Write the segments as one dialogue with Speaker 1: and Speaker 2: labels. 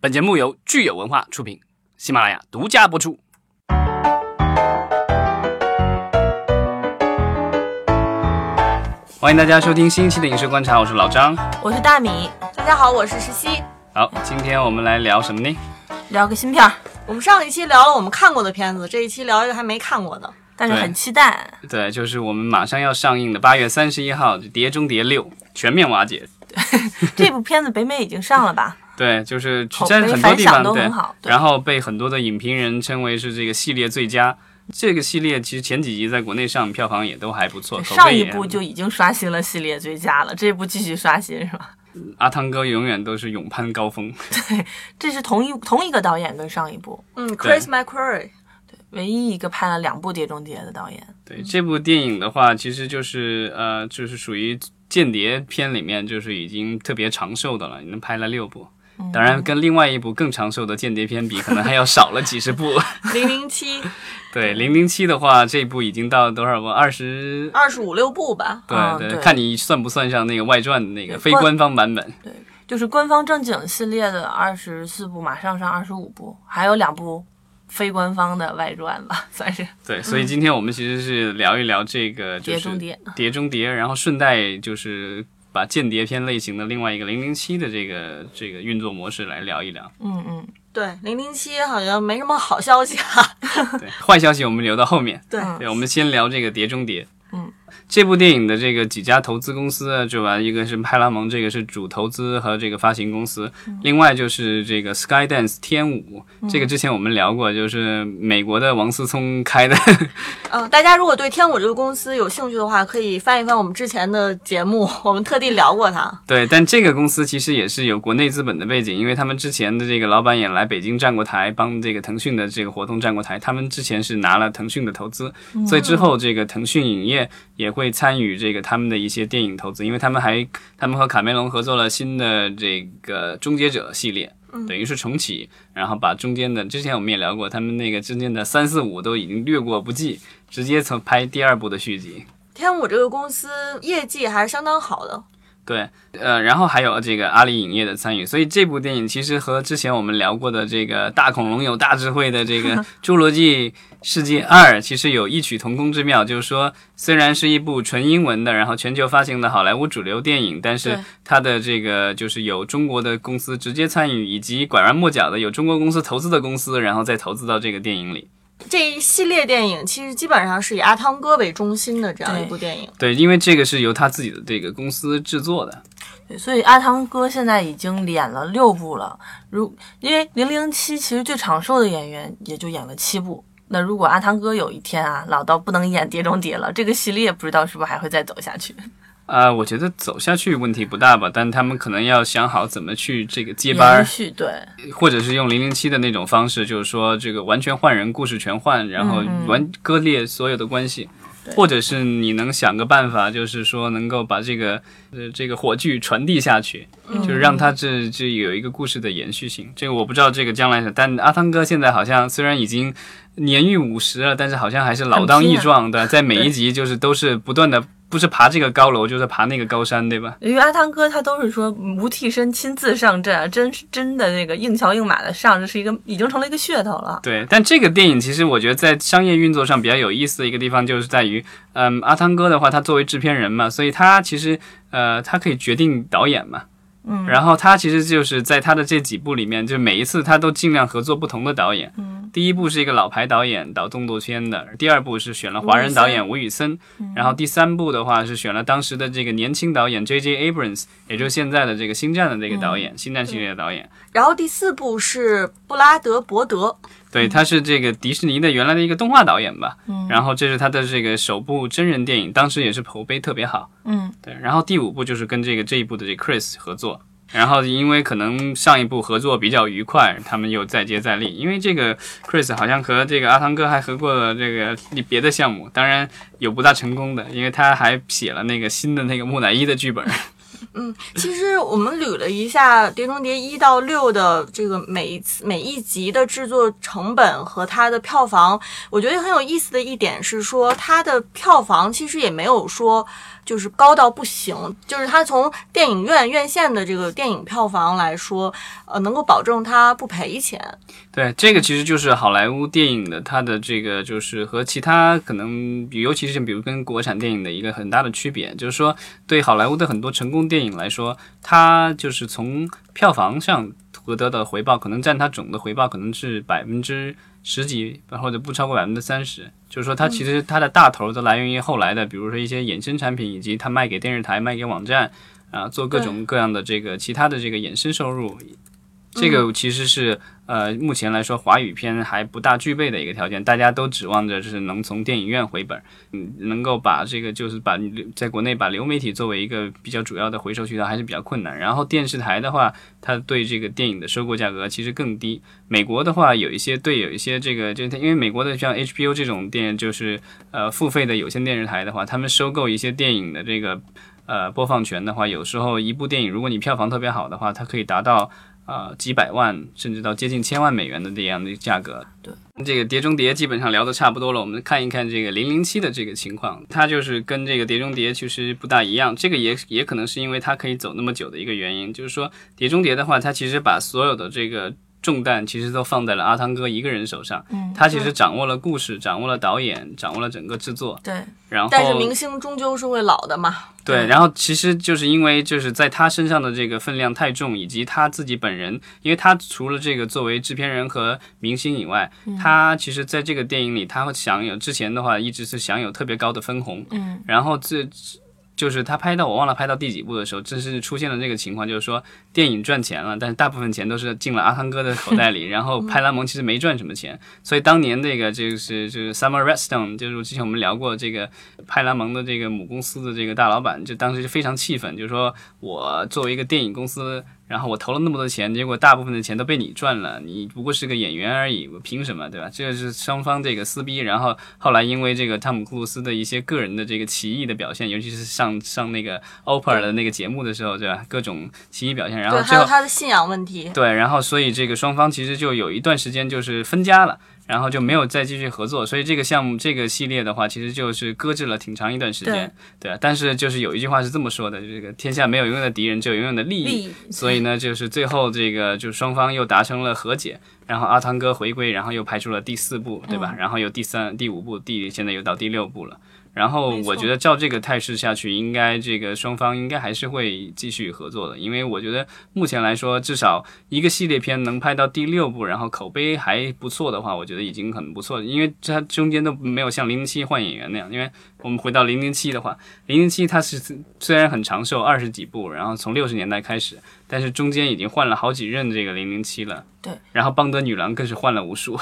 Speaker 1: 本节目由聚友文化出品，喜马拉雅独家播出。欢迎大家收听新一期的《影视观察》，我是老张。
Speaker 2: 我是大米，
Speaker 3: 大家好，我是石溪。
Speaker 1: 好，今天我们来聊什么呢？
Speaker 2: 聊个新片儿，
Speaker 3: 我们上一期聊了我们看过的片子，这一期聊一个还没看过的。
Speaker 2: 但是很期 待。
Speaker 1: 对，就是我们马上要上映的八月三十一号，《碟中谍六》全面瓦解。
Speaker 2: 这部片子北美已经上了吧？
Speaker 1: 对，就是
Speaker 2: 口
Speaker 1: 在
Speaker 2: 碑
Speaker 1: 很多
Speaker 2: 反
Speaker 1: 地
Speaker 2: 响
Speaker 1: 方
Speaker 2: 都
Speaker 1: 对
Speaker 2: 很好对
Speaker 1: 然后被很多的影评人称为是这个系列最佳。这个系列其实前几集在国内上票房也都还不错，口
Speaker 2: 上
Speaker 1: 碑
Speaker 2: 一
Speaker 1: 也
Speaker 2: 部就已经刷新了系列最佳了，这部继续刷新是吧？
Speaker 1: 阿汤哥永远都是勇攀高
Speaker 2: 嗯
Speaker 1: 峰。
Speaker 2: 这是同一同一个导演跟上一部
Speaker 3: 嗯，Chris McQuarrie，
Speaker 2: 唯一一个拍了两部《碟中谍》的导演。
Speaker 1: 对这部电影的话，其实就是呃，就是属于间谍片里面就是已经特别长寿的了，已经拍了六部。
Speaker 2: 嗯
Speaker 1: 当然，跟另外一部更长寿的间谍片比，可能还要少了几十 部。
Speaker 3: 零零七，
Speaker 1: 对，《零零七》的话，这部已经到多少部？二十。
Speaker 3: 二十五六部吧。
Speaker 1: 对
Speaker 2: 嗯
Speaker 1: 对，
Speaker 2: 对
Speaker 1: 看你算不算上那个外传的那个
Speaker 2: 对
Speaker 1: 非
Speaker 2: 官
Speaker 1: 官方版本。
Speaker 2: 对，就是官方正经系列的二十四部，马上上二十五部，还有两部非官方的外传吧， 算是。
Speaker 1: 对，所以今天我们其实是聊一聊这个就是
Speaker 2: 嗯碟中谍
Speaker 1: 碟中谍，然后顺带就是把间谍片类型的另外一个《零零七》的这个这个运作模式来聊一聊。
Speaker 2: 嗯嗯，
Speaker 3: 对，零零七好像没什么好消息啊。
Speaker 1: 对，坏消息我们留到后面。
Speaker 3: 对
Speaker 2: 嗯
Speaker 1: 对，我们先聊这个《碟中谍》。
Speaker 2: 嗯，
Speaker 1: 这部电影的这个几家投资公司啊，就吧，一个是派拉蒙，这个是主投资和这个发行公司，另外就是这个 Skydance 天舞，这个之前我们聊过，就是美国的王思聪开的
Speaker 3: 嗯、大家如果对天舞这个公司有兴趣的话，可以翻一翻我们之前的节目，我们特地聊过它。
Speaker 1: 对，但这个公司其实也是有国内资本的背景，因为他们之前的这个老板也来北京站过台，帮这个腾讯的这个活动站过台。他们之前是拿了腾讯的投资，所以之后这个腾讯影业也会参与这个他们的一些电影投资，因为他们还他们和卡梅隆合作了新的这个《终结者》系列。等于是重启，然后把中间的之前我们也聊过，他们那个之间的三四五都已经略过不计，直接从拍第二部的续集。
Speaker 3: 天舞这个公司业绩还是相当好的。
Speaker 1: 对，呃，然后还有这个阿里影业的参与，所以这部电影其实和之前我们聊过的这个《大恐龙有大智慧》的这个《侏罗纪世界二》其实有异曲同工之妙，就是说虽然是一部纯英文的，然后全球发行的好莱坞主流电影，但是
Speaker 2: 对
Speaker 1: 它的这个就是有中国的公司直接参与，以及拐弯抹角的有中国公司投资的公司，然后再投资到这个电影里。
Speaker 3: 这一系列电影其实基本上是以阿汤哥为中心的这样
Speaker 2: 对
Speaker 3: 一部电影。
Speaker 1: 对，因为这个是由他自己的这个公司制作的。
Speaker 2: 对，所以阿汤哥现在已经演了六部了。如因为零零七其实最长寿的演员也就演了七部。那如果阿汤哥有一天啊老到不能演《碟中谍》了，这个系列不知道是不是还会再走下去？
Speaker 1: 啊，我觉得走下去问题不大吧，但他们可能要想好怎么去这个接班
Speaker 2: 延
Speaker 1: 儿，
Speaker 2: 续对，
Speaker 1: 或者是用零零七的那种方式，就是说这个完全换人，故事全换，然后完割裂所有的关系，或者是你能想个办法，就是说能够把这个呃这个火炬传递下去，就是让它这这有一个故事的延续性。这个我不知道这个将来是，但阿汤哥现在好像虽然已经。年逾五十了，但是好像还是老当益壮的，在每一集就是都是不断的，不是爬这个高楼，就是爬那个高山，对吧？
Speaker 2: 因为阿汤哥他都是说无替身亲自上阵啊，真真的那个硬桥硬马的上，这是一个已经成了一个噱头了。啊
Speaker 1: 对，但这个电影其实我觉得在商业运作上比较有意思的一个地方，就是在于，嗯，阿汤哥的话，他作为制片人嘛，所以他其实呃，他可以决定导演嘛。嗯，然后他其实就是在他的这几部里面，就每一次他都尽量合作不同的导演。嗯，第一部是一个老牌导演导动作片的，第二部是选了华人导演吴宇森，嗯然后第三部的话是选了当时的这个年轻导演 J.J. Abrams，也就是现在的这个《星战》的这个导演，星战》系列的导演。
Speaker 3: 然后第四部是布拉德伯德，
Speaker 1: 对，他是这个迪士尼的原来的一个动画导演吧，嗯，然后这是他的这个首部真人电影，当时也是口碑特别好，
Speaker 2: 嗯，
Speaker 1: 对，然后第五部就是跟这个这一部的这个 Chris 合作，然后因为可能上一部合作比较愉快，他们又再接再厉，因为这个 Chris 好像和这个阿汤哥还合过了这个别的项目，当然有不大成功的，因为他还写了那个新的那个木乃伊的剧本，
Speaker 3: 其实我们捋了一下《碟中谍》一到六的这个每一次每一集的制作成本和它的票房，我觉得很有意思的一点是说，它的票房其实也没有说就是高到不行，就是它从电影院院线的这个电影票房来说，呃，能够保证它不赔钱。
Speaker 1: 哦对，这个其实就是好莱坞电影的它的这个就是和其他可能，尤其是比如跟国产电影的一个很大的区别，就是说对好莱坞的很多成功电影来说，它就是从票房上获得的回报，可能占它总的回报可能是百分之十几，或者不超过百分之三十。就是说，它其实它的大头都来源于后来的，比如说一些衍生产品，以及它卖给电视台、卖给网站啊，做各种各样的这个其他的这个衍生收入。这个其实是呃，目前来说华语片还不大具备的一个条件，大家都指望着是能从电影院回本，嗯，能够把这个就是把在国内把流媒体作为一个比较主要的回收渠道还是比较困难。然后电视台的话，它对这个电影的收购价格其实更低。美国的话，有一些对有一些这个就是它因为美国的像 HBO 这种电就是呃付费的有线电视台的话，他们收购一些电影的这个呃播放权的话，有时候一部电影如果你票房特别好的话，它可以达到。啊、呃，几百万甚至到接近千万美元的这样的价格。
Speaker 2: 对，
Speaker 1: 这个《碟中谍》基本上聊的差不多了，我们看一看这个《零零七》的这个情况，它就是跟这个《碟中谍》其实不大一样。这个也也可能是因为它可以走那么久的一个原因，就是说《碟中谍》的话，它其实把所有的这个重担其实都放在了阿汤哥一个人手上。
Speaker 2: 嗯，
Speaker 1: 他其实掌握了故事，掌握了导演，掌握了整个制作。
Speaker 2: 对，
Speaker 1: 然后，
Speaker 3: 但是明星终究是会老的嘛。
Speaker 1: 对，然后其实就是因为就是在他身上的这个分量太重，以及他自己本人，因为他除了这个作为制片人和明星以外，他其实在这个电影里，他会享有之前的话一直是享有特别高的分红，
Speaker 2: 嗯，
Speaker 1: 然后这就是他拍到我忘了拍到第几部的时候，正是出现了这个情况，就是说电影赚钱了，但是大部分钱都是进了阿汤哥的口袋里，然后派拉蒙其实没赚什么钱，所以当年这个就是就是 Summer Redstone，就是之前我们聊过这个派拉蒙的这个母公司的这个大老板，就当时就非常气愤，就是说我作为一个电影公司。然后我投了那么多钱，结果大部分的钱都被你赚了，你不过是个演员而已，我凭什么，对吧？这就是双方这个撕逼，然后后来因为这个汤姆·克鲁斯的一些个人的这个奇异的表现，尤其是上上那个 OPER 的那个节目的时候，对吧？各种奇异表现，然后
Speaker 3: 对，还
Speaker 1: 最
Speaker 3: 有
Speaker 1: 后
Speaker 3: 他的信仰问题。
Speaker 1: 对，然后所以这个双方其实就有一段时间就是分家了，然后就没有再继续合作，所以这个项目这个系列的话，其实就是搁置了挺长一段时间，对啊但是就是有一句话是这么说的，这个天下没有永远的敌人，只有永远的利益。
Speaker 2: 利益
Speaker 1: 所以呢，就是最后这个就双方又达成了和解，然后阿汤哥回归，然后又拍出了第四部，对
Speaker 3: 嗯
Speaker 1: 吧？然后有第三、第五部，第现在又到第六部了。然后
Speaker 3: 没错
Speaker 1: 我觉得照这个态势下去，应该这个双方应该还是会继续合作的，因为我觉得目前来说，至少一个系列片能拍到第六部，然后口碑还不错的话，我觉得已经很不错了，因为它中间都没有像零零七换演员那样，因为我们回到零零七的话，零零七它是虽然很长寿，二十几部，然后从六十年代开始，但是中间已经换了好几任这个零零七了。
Speaker 2: 对，
Speaker 1: 然后邦德女郎更是换了无数。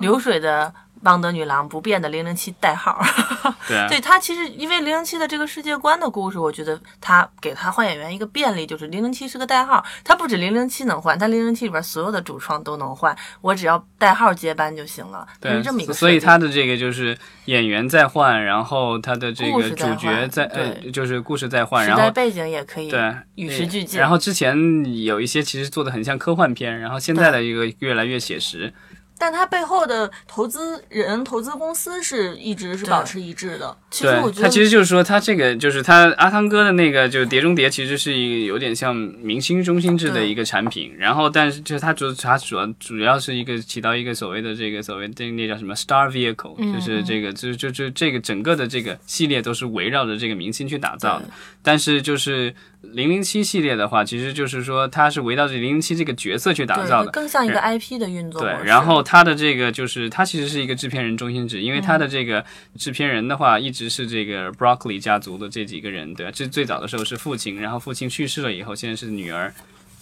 Speaker 2: 流水的邦德女郎不变的零零七代号。
Speaker 1: 对啊，
Speaker 2: 对他其实因为零零七的这个世界观的故事，我觉得他给他换演员一个便利，就是零零七是个代号，他不止零零七能换，他零零七里边所有的主创都能换，我只要代号接班就行了，它是这么一个设定。
Speaker 1: 所以他的这个就是演员在换，然后他的这
Speaker 2: 故
Speaker 1: 个
Speaker 2: 事在
Speaker 1: 主角
Speaker 2: 换
Speaker 1: 在呃，
Speaker 2: 对
Speaker 1: 就是故事在换，
Speaker 2: 时
Speaker 1: 然
Speaker 2: 代
Speaker 1: 后
Speaker 2: 背景也可以
Speaker 1: 对，
Speaker 2: 与时俱进
Speaker 1: 然后之前有一些其实做的很像科幻片，然后现在的一个越来越写实。
Speaker 3: 但它背后的投资人、投资公司是一直是
Speaker 2: 对
Speaker 3: 保持一致的。
Speaker 2: 其实
Speaker 1: 对
Speaker 2: 我，觉
Speaker 1: 他
Speaker 2: 得
Speaker 1: 其实就是说，他这个就是他阿汤哥的那个，就是《碟中谍》，其实是一个有点像明星中心制的
Speaker 2: 对
Speaker 1: 一个产品。然后，但是就是它主它主要主要是一个起到一个所谓的这个所谓的那叫什么 star vehicle，、就是
Speaker 2: 嗯
Speaker 1: 这个就就就这个整个的这个系列都是围绕着这个明星去打造的。但是就是零零七系列的话，其实就是说它是围绕着零零七这个角色去打
Speaker 2: 对
Speaker 1: 造
Speaker 2: 就
Speaker 1: 的。
Speaker 2: 更像一个 IP 的运作模式
Speaker 1: 对，然后他的这个就是他其实是一个制片人中心制，因为
Speaker 2: 嗯
Speaker 1: 他的这个制片人的话，一直是这个 Broccoli 家族的这几个人，对吧？这最早的时候是父亲，然后父亲去世了以后，现在是女儿。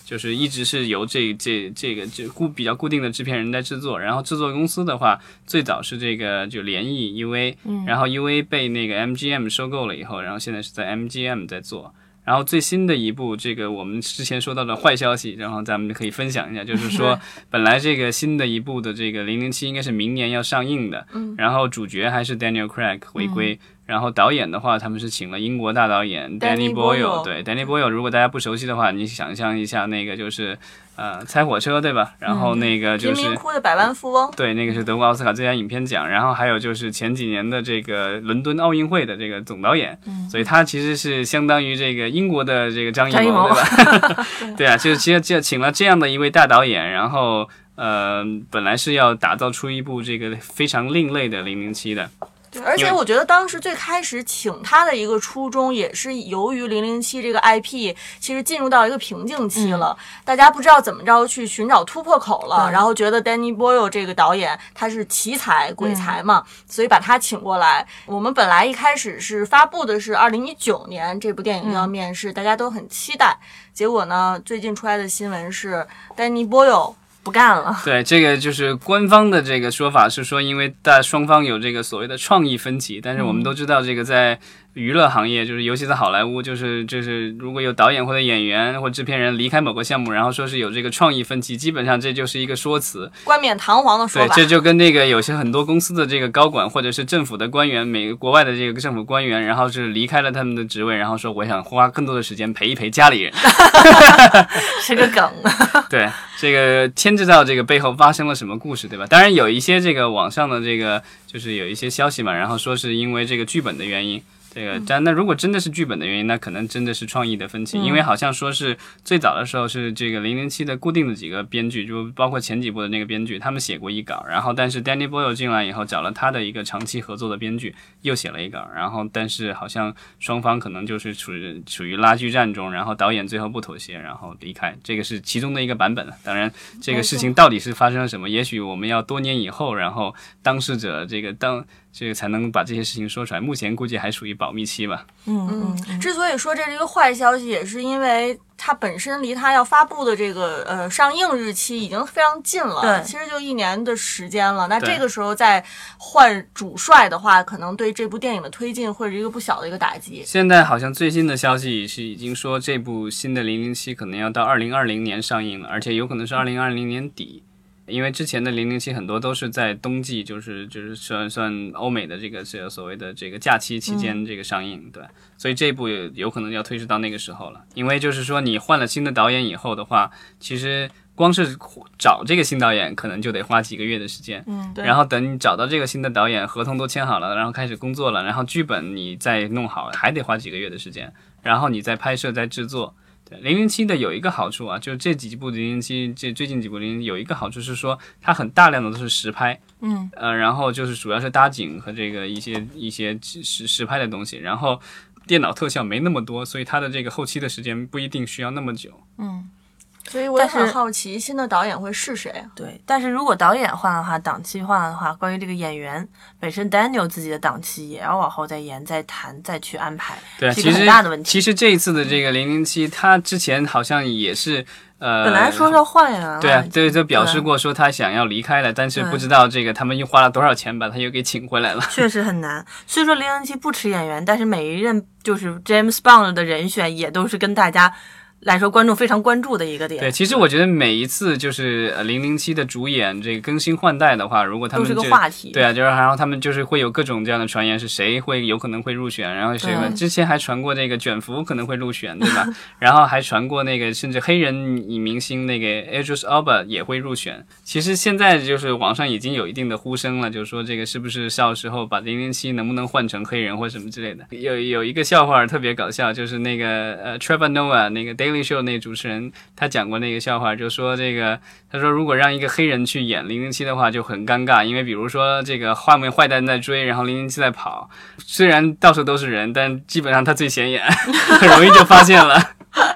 Speaker 1: 就是一直是由这这这个这固比较固定的制片人在制作，然后制作公司的话，最早是这个就联谊 UA，、然
Speaker 2: 嗯
Speaker 1: 后 UA 被那个 MGM 收购了以后，然后现在是在 MGM 在做。然后最新的一部，这个我们之前说到的坏消息，然后咱们可以分享一下，就是说本来这个新的一部的这个零零七应该是明年要上映的，然后主角还是 Daniel Craig 回归，然后导演的话，他们是请了英国大导演 Danny
Speaker 3: Danny Boyle
Speaker 1: Boyle，对 Danny Boyle，如果大家不熟悉的话，你想象一下那个就是呃猜火车对吧？然后那个就
Speaker 3: 贫
Speaker 1: 是、
Speaker 3: 民窟的百万富翁，
Speaker 1: 对，那个是德国奥斯卡最佳影片奖，然后还有就是前几年的这个伦敦奥运会的这个总导演，所以他其实是相当于这个英国的这个嗯张艺
Speaker 2: 张艺谋
Speaker 1: 谋，对吧？ 对啊，就是其实这请了这样的一位大导演，然后呃，本来是要打造出一部这个非常另类的《零零七》的，
Speaker 3: 而
Speaker 1: 因
Speaker 3: 且
Speaker 1: 为
Speaker 3: 我觉得当时最开始请他的一个初衷，也是由于《零零七》这个 IP 其实进入到一个瓶颈期了，大家不知道怎么着去寻找突破口了，
Speaker 2: 对
Speaker 3: 然后觉得 Danny Boyle 这个导演他是奇才鬼才嘛，所以把他请过来。我们本来一开始是发布的是二零一九年这部电影要面世，大家都很期待。结果呢，最近出来的新闻是 Danny Boyle
Speaker 2: 不干 了，
Speaker 1: 对，这个就是官方的这个说法是说，因为大双方有这个所谓的创意分歧，但是
Speaker 3: 嗯
Speaker 1: 我们都知道，这个在娱乐行业，就是尤其在好莱坞，就是就是如果有导演或者演员或制片人离开某个项目，然后说是有这个创意分歧，基本上这就是一个说辞。
Speaker 3: 冠冕堂皇的说
Speaker 1: 对，
Speaker 3: 法，
Speaker 1: 这 就跟那个有些很多公司的这个高管或者是政府的官员，美国国外的这个政府官员，然后是离开了他们的职位，然后说我想花更多的时间陪一陪家里人。
Speaker 2: 是个梗。
Speaker 1: 对，这个牵制到这个背后发生了什么故事，对吧？当然有一些这个网上的这个就是有一些消息嘛，然后说是因为这个剧本的原因。这个，但那如果真的是剧本的原因，那可能真的是创意的分歧，因为好像说是最早的时候是这个零零七的固定的几个编剧，就包括前几部的那个编剧，他们写过一稿，然后但是 Danny Boyle 进来以后找了他的一个长期合作的编剧，又写了一稿，然后但是好像双方可能就是处于处于拉锯战中，然后导演最后不妥协，然后离开，这个是其中的一个版本了。当然，这个事情到底是发生了什么，也许我们要多年以后，然后当事者这个当这个才能把这些事情说出来。目前估计还属于保密期吧。
Speaker 2: 嗯嗯，
Speaker 3: 嗯，之所以说这是一个坏消息，也是因为它本身离它要发布的这个呃上映日期已经非常近了，
Speaker 2: 对
Speaker 3: 其实就一年的时间了。那
Speaker 1: 对
Speaker 3: 这个时候再换主帅的话，可能对这部电影的推进会是一个不小的一个打击。
Speaker 1: 现在好像最新的消息是已经说这部新的《零零七》可能要到二零二零年上映了，而且有可能是二零二零年底。因为之前的《零零七》很多都是在冬季，就是就是算算欧美的这个这个所谓的这个假期期间这个上映，对，所以这部有有可能要推迟到那个时候了。因为就是说你换了新的导演以后的话，其实光是找这个新导演可能就得花几个月的时间，
Speaker 2: 嗯
Speaker 3: 对
Speaker 1: 然后等你找到这个新的导演，合同都签好了，然后开始工作了，然后剧本你再弄好，还得花几个月的时间，然后你再拍摄再制作。对，零零七的有一个好处啊，就是这几部零零七，这最近几部零零有一个好处是说，它很大量的都是实拍，
Speaker 2: 嗯，
Speaker 1: 呃，然后就是主要是搭景和这个一些一些实实拍的东西，然后电脑特效没那么多，所以它的这个后期的时间不一定需要那么久。
Speaker 3: 所以我也
Speaker 2: 但是
Speaker 3: 很好奇，新的导演会是谁啊？
Speaker 2: 对。但是如果导演换的话，档期换的话，关于这个演员本身，Daniel 自己的档期也要往后再延、再谈、再去安排，
Speaker 1: 对啊，
Speaker 2: 是
Speaker 1: 其
Speaker 2: 一个
Speaker 1: 实
Speaker 2: 很大的问题。
Speaker 1: 其实这一次的这个零零七，它之前好像也是呃，
Speaker 2: 本来说要换演员了，
Speaker 1: 对啊，对，就表示
Speaker 2: 对
Speaker 1: 过说他想要离开了，但是
Speaker 2: 对
Speaker 1: 不知道这个他们又花了多少钱把他又给请回来了。
Speaker 2: 确实很难。虽说零零七不吃演员，但是每一任就是 James Bond 的人选也都是跟大家来说观众非常关注的一个点。
Speaker 1: 对，其实我觉得每一次就是呃零零七的主演这个更新换代的话，如果他
Speaker 2: 都
Speaker 1: 们
Speaker 2: 是个
Speaker 1: 就
Speaker 2: 话题
Speaker 1: 对啊，就是然后他们就是会有各种这样的传言，是谁会有可能会入选，然后谁会
Speaker 2: 对
Speaker 1: 之前还传过这个卷福可能会入选，对吧？ 然后还传过那个甚至黑人女明星那个 Idris Elba 也会入选。其实现在就是网上已经有一定的呼声了，就是说这个是不是到时候把零零七能不能换成黑人或什么之类的？有有一个笑话特别搞笑，就是那个呃 Trevor Noah 那个 Daily Show 那主持人他讲过那个笑话，就说这个他说如果让一个黑人去演零零七的话就很尴尬，因为比如说这个画面坏蛋在追，然后零零七在跑，虽然到处都是人，但基本上他最显眼， 很容易就发现了。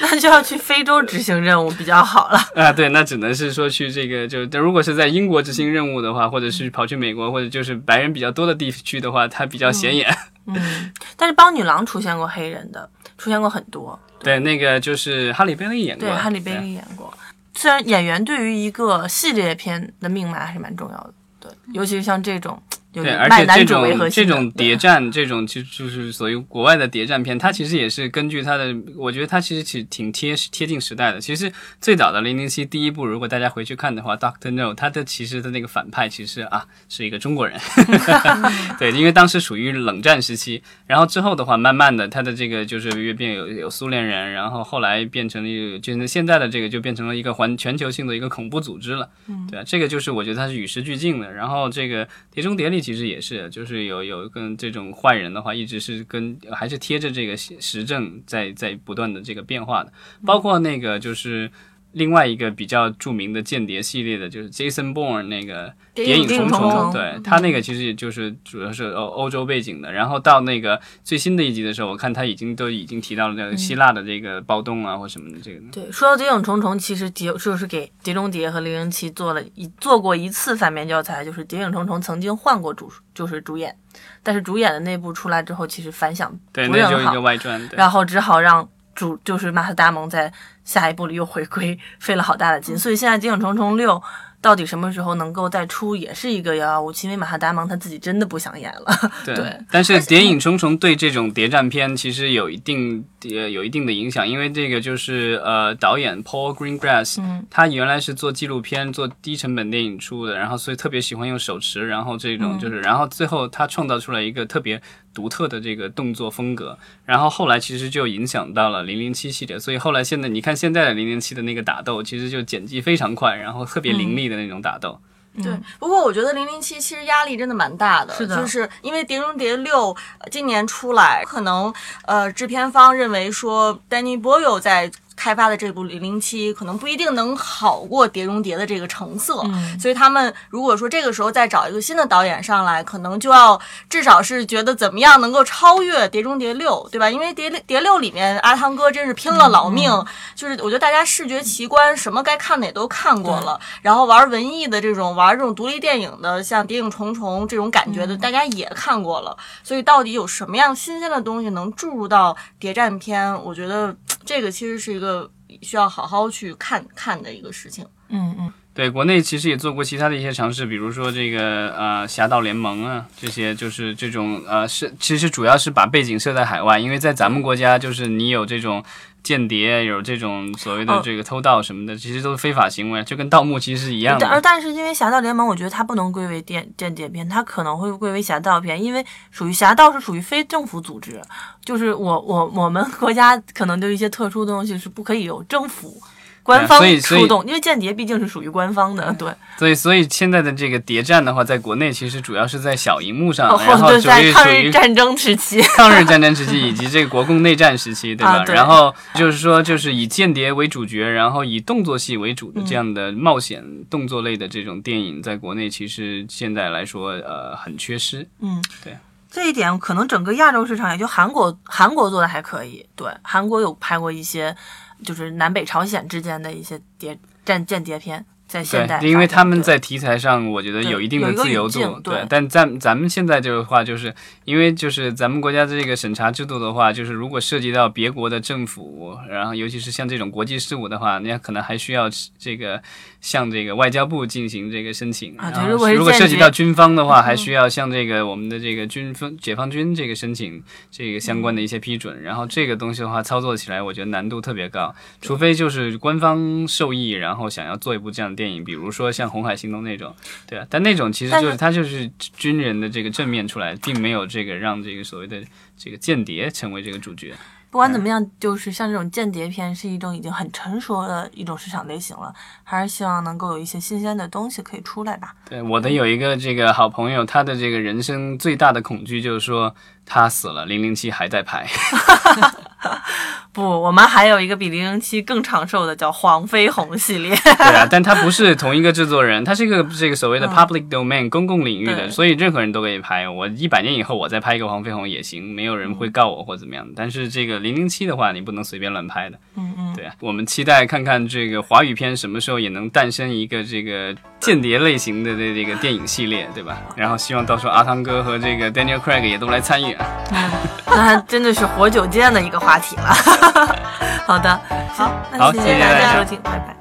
Speaker 2: 那就要去非洲执行任务比较好了。
Speaker 1: 啊，对，那只能是说去这个，就如果是在英国执行任务的话，或者是跑去美国，或者就是白人比较多的地区的话，它比较显眼。
Speaker 2: 嗯，但是帮女郎出现过黑人的，出现过很多。
Speaker 1: 对，那个就是哈利贝利演过，
Speaker 2: 对，哈利贝利演过。虽然演员对于一个系列片的命脉还是蛮重要的，对，尤其是像这种就
Speaker 1: 嗯对，
Speaker 2: 以
Speaker 1: 而
Speaker 2: 卖
Speaker 1: 且
Speaker 2: 男
Speaker 1: 这
Speaker 2: 主为核
Speaker 1: 种
Speaker 2: 心
Speaker 1: 这
Speaker 2: 的啊
Speaker 1: 种谍战，这种就就是所谓国外的谍战片，它其实也是根据它的，我觉得它其实挺挺贴贴近时代的。其实最早的《零零七》第一部，如果大家回去看的话，《Doctor No》它的其实的那个反派其实啊是一个中国 人， 对，因为当时属于冷战时期，然后之后的话，慢慢的它的这个就是越变有有苏联人，然后后来变成了一个就是现在的这个就变成了一个环全球性的一个恐怖组织了。
Speaker 3: 嗯
Speaker 1: 对啊，这个就是我觉得它是与时俱进的。然后这个《碟中谍》里其实也是，就是有有跟这种坏人的话，一直是跟还是贴着这个时时政在在不断的这个变化的。包括那个就是另外一个比较著名的间谍系列的，就是 Jason Bourne 那个《谍
Speaker 3: 谍影
Speaker 1: 影重
Speaker 3: 重重
Speaker 1: 对
Speaker 3: 嗯
Speaker 1: 他那个其实也就是主要是欧欧洲背景的。然后到那个最新的一集的时候，我看他已经都已经提到了
Speaker 3: 嗯
Speaker 1: 那个希腊的这个暴动啊或什么的这个。
Speaker 2: 对，说到《谍影重重》，其实谍就是给《碟中谍》和《零零七》做了一做过一次反面教材，就是《谍影重重》曾经换过主就是主演，但是主演的那部出来之后，其实反响
Speaker 1: 对，
Speaker 2: 不
Speaker 1: 那
Speaker 2: 是
Speaker 1: 就是
Speaker 2: 很
Speaker 1: 一个
Speaker 2: 好，
Speaker 1: 外传。对。
Speaker 2: 然后只好让主就是马特·达蒙在下一部里又回归，费了好大的劲。所以现在《谍影重重六》到底什么时候能够再出，也是一个遥遥无期，因为马特·达蒙他自己真的不想演了。对
Speaker 1: 但是《嗯谍影重重》对这种谍战片其实有一定呃有一定的影响，因为这个就是呃导演 Paul Greengrass，、他原来是做纪录片、做低成本电影出的，然后所以特别喜欢用手持，然后这种就是，然后最后他创造出来一个特别独特的这个动作风格，然后后来其实就影响到了《零零七》系列，所以后来现在你看现在的《零零七》的那个打斗，其实就剪辑非常快，然后特别凌厉的那种打斗。
Speaker 3: 对，不过我觉得零零七其实压力真的蛮大的，
Speaker 2: 是的
Speaker 3: 就是因为《碟中谍六》呃今年出来，可能呃制片方认为说丹尼波友在。开发的这部《零零七》可能不一定能好过《碟中谍》的这个成色，所以他们如果说这个时候再找一个新的导演上来，可能就要至少是觉得怎么样能够超越《碟中谍六》，对吧？因为《碟谍六》里面阿汤哥真是拼了老命，就是我觉得大家视觉奇观，什么该看的也都看过了，然后玩文艺的这种，玩这种独立电影的，像《谍影重重》这种感觉的，大家也看过了。所以到底有什么样新鲜的东西能注入到谍战片？我觉得这个其实是一个需要好好去看看的一个事情。
Speaker 2: 嗯 嗯，
Speaker 1: 对，国内其实也做过其他的一些尝试，比如说这个呃《侠盗联盟》啊，这些就是这种呃是其实主要是把背景设在海外，因为在咱们国家就是你有这种间谍，有这种所谓的
Speaker 2: 哦
Speaker 1: 这个偷盗什么的，其实都是非法行为，就跟盗墓其实是一样
Speaker 2: 但而
Speaker 1: 的。
Speaker 2: 但是因为《侠盗联盟》，我觉得它不能归为间间谍片，它可能会归为侠盗片，因为属于侠盗是属于非政府组织，就是我我我们国家可能对一些特殊的东西是不可以有政府。官方
Speaker 1: 所以所以
Speaker 2: 出动，因为间谍毕竟是属于官方的，对，
Speaker 1: 所以所以现在的这个谍战的话，在国内其实主要是在小荧幕上，
Speaker 2: 哦
Speaker 1: 啊然后
Speaker 2: 对，
Speaker 1: 属
Speaker 2: 在
Speaker 1: 于
Speaker 2: 抗
Speaker 1: 属
Speaker 2: 日
Speaker 1: 于
Speaker 2: 战争时期，
Speaker 1: 抗日战争时期以及这个国共内战时 期，对吧？
Speaker 2: 啊对
Speaker 1: 然后就是说，就是以间谍为主角，然后以动作戏为主的这样的冒险动作类的这种电影，在国内其实现在来说，呃，很缺失。
Speaker 2: 这一点可能整个亚洲市场，也就韩国韩国做的还可以，对，韩国有拍过一些就是南北朝鲜之间的一些谍战间谍片，在现代发展，
Speaker 1: 因为他们
Speaker 2: 对
Speaker 1: 在题材上，我觉得有一定的
Speaker 2: 对有一个
Speaker 1: 自由
Speaker 2: 语
Speaker 1: 度
Speaker 2: 境。对
Speaker 1: 但咱咱们现在这个话，就是因为就是咱们国家这个审查制度的话，就是如果涉及到别国的政府，然后尤其是像这种国际事务的话，人家可能还需要这个向这个外交部进行这个申请。
Speaker 2: 啊对
Speaker 1: 然后
Speaker 2: 如果是
Speaker 1: 如果涉及
Speaker 2: 间谍嗯
Speaker 1: 到军方的话，还需要向这个我们的这个军方解放军这个申请这个相关的一些批
Speaker 2: 嗯
Speaker 1: 准。然后这个东西的话，操作起来我觉得难度特别高。除非就是官方受益，然后想要做一部这样的电影，比如说像《红海行动》那种，对啊，但那种其实
Speaker 2: 但
Speaker 1: 就是
Speaker 2: 是
Speaker 1: 它就是军人的这个正面出来，并没有这个让这个所谓的这个间谍成为这个主角。
Speaker 2: 不管怎么样，就是像这种间谍片是一种已经很成熟的一种市场类型了，还是希望能够有一些新鲜的东西可以出来吧。
Speaker 1: 对，我的有一个这个好朋友，他的这个人生最大的恐惧就是说他死了，零零七还在拍。
Speaker 2: 不，我们还有一个比零零七更长寿的，叫《黄飞鸿》系列。
Speaker 1: 对啊，但它不是同一个制作人，它是一个这个所谓的 public domain、公共领域的，
Speaker 2: 嗯对
Speaker 1: 所以任何人都可以拍。我一百年以后我再拍一个黄飞鸿也行，没有人
Speaker 2: 嗯
Speaker 1: 会告我或怎么样。但是这个零零七的话，你不能随便乱拍的。
Speaker 2: 嗯嗯，
Speaker 1: 对啊，我们期待看看这个华语片什么时候也能诞生一个这个间谍类型的这这个电影系列，对吧？然后希望到时候阿汤哥和这个 Daniel Craig 也都来参与啊。
Speaker 2: 那真的是活久见的一个话题了。好的，
Speaker 3: 好
Speaker 2: 那
Speaker 1: 好
Speaker 2: 谢
Speaker 1: 谢
Speaker 2: 谢
Speaker 1: 谢
Speaker 2: 大
Speaker 1: 大
Speaker 2: 家
Speaker 1: 家
Speaker 2: 收听，拜拜。